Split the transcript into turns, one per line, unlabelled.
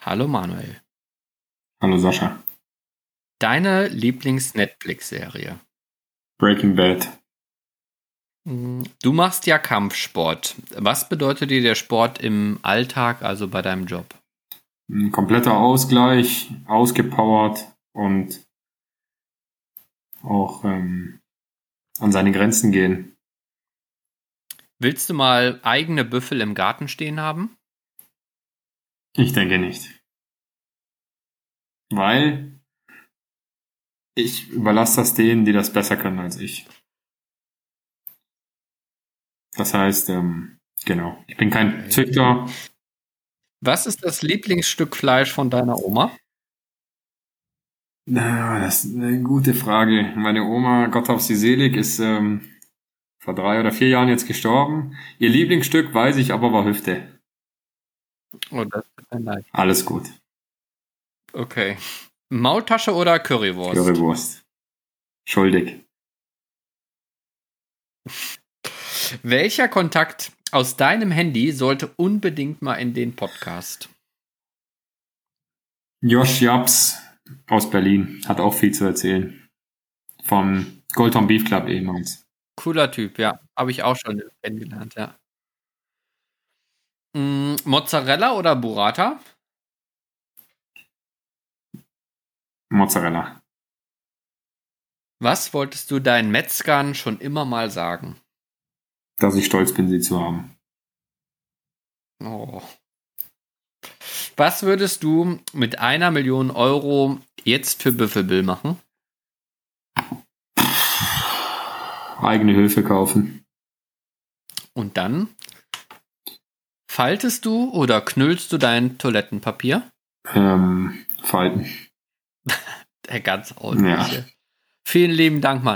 Hallo Manuel.
Hallo Sascha.
Deine Lieblings-Netflix-Serie?
Breaking Bad.
Du machst ja Kampfsport. Was bedeutet dir der Sport im Alltag, also bei deinem Job?
Ein kompletter Ausgleich, ausgepowert und auch ähm, an seine Grenzen gehen.
Willst du mal eigene Büffel im Garten stehen haben?
Ich denke nicht. Weil ich überlasse das denen, die das besser können als ich. Das heißt, ähm, genau, ich bin kein Züchter.
Was ist das Lieblingsstück Fleisch von deiner Oma?
Na, Das ist eine gute Frage. Meine Oma, Gott auf sie selig, ist ähm, vor drei oder vier Jahren jetzt gestorben. Ihr Lieblingsstück, weiß ich, aber war Hüfte.
Oh, das tut mir leid.
Alles gut.
Okay. Maultasche oder Currywurst?
Currywurst. Schuldig.
Welcher Kontakt aus deinem Handy sollte unbedingt mal in den Podcast?
Josh Japs aus Berlin hat auch viel zu erzählen. Vom Goldton Beef Club ehemals.
Cooler Typ, ja. Habe ich auch schon kennengelernt, ja. Mm, Mozzarella oder Burrata?
Mozzarella.
Was wolltest du deinen Metzgern schon immer mal sagen?
Dass ich stolz bin, sie zu haben.
Oh. Was würdest du mit einer Million Euro jetzt für Büffelbill machen?
Eigene Höfe kaufen.
Und dann? Faltest du oder knüllst du dein Toilettenpapier?
Ähm, falten.
Der ganz ordentliche. Vielen lieben Dank, Mann.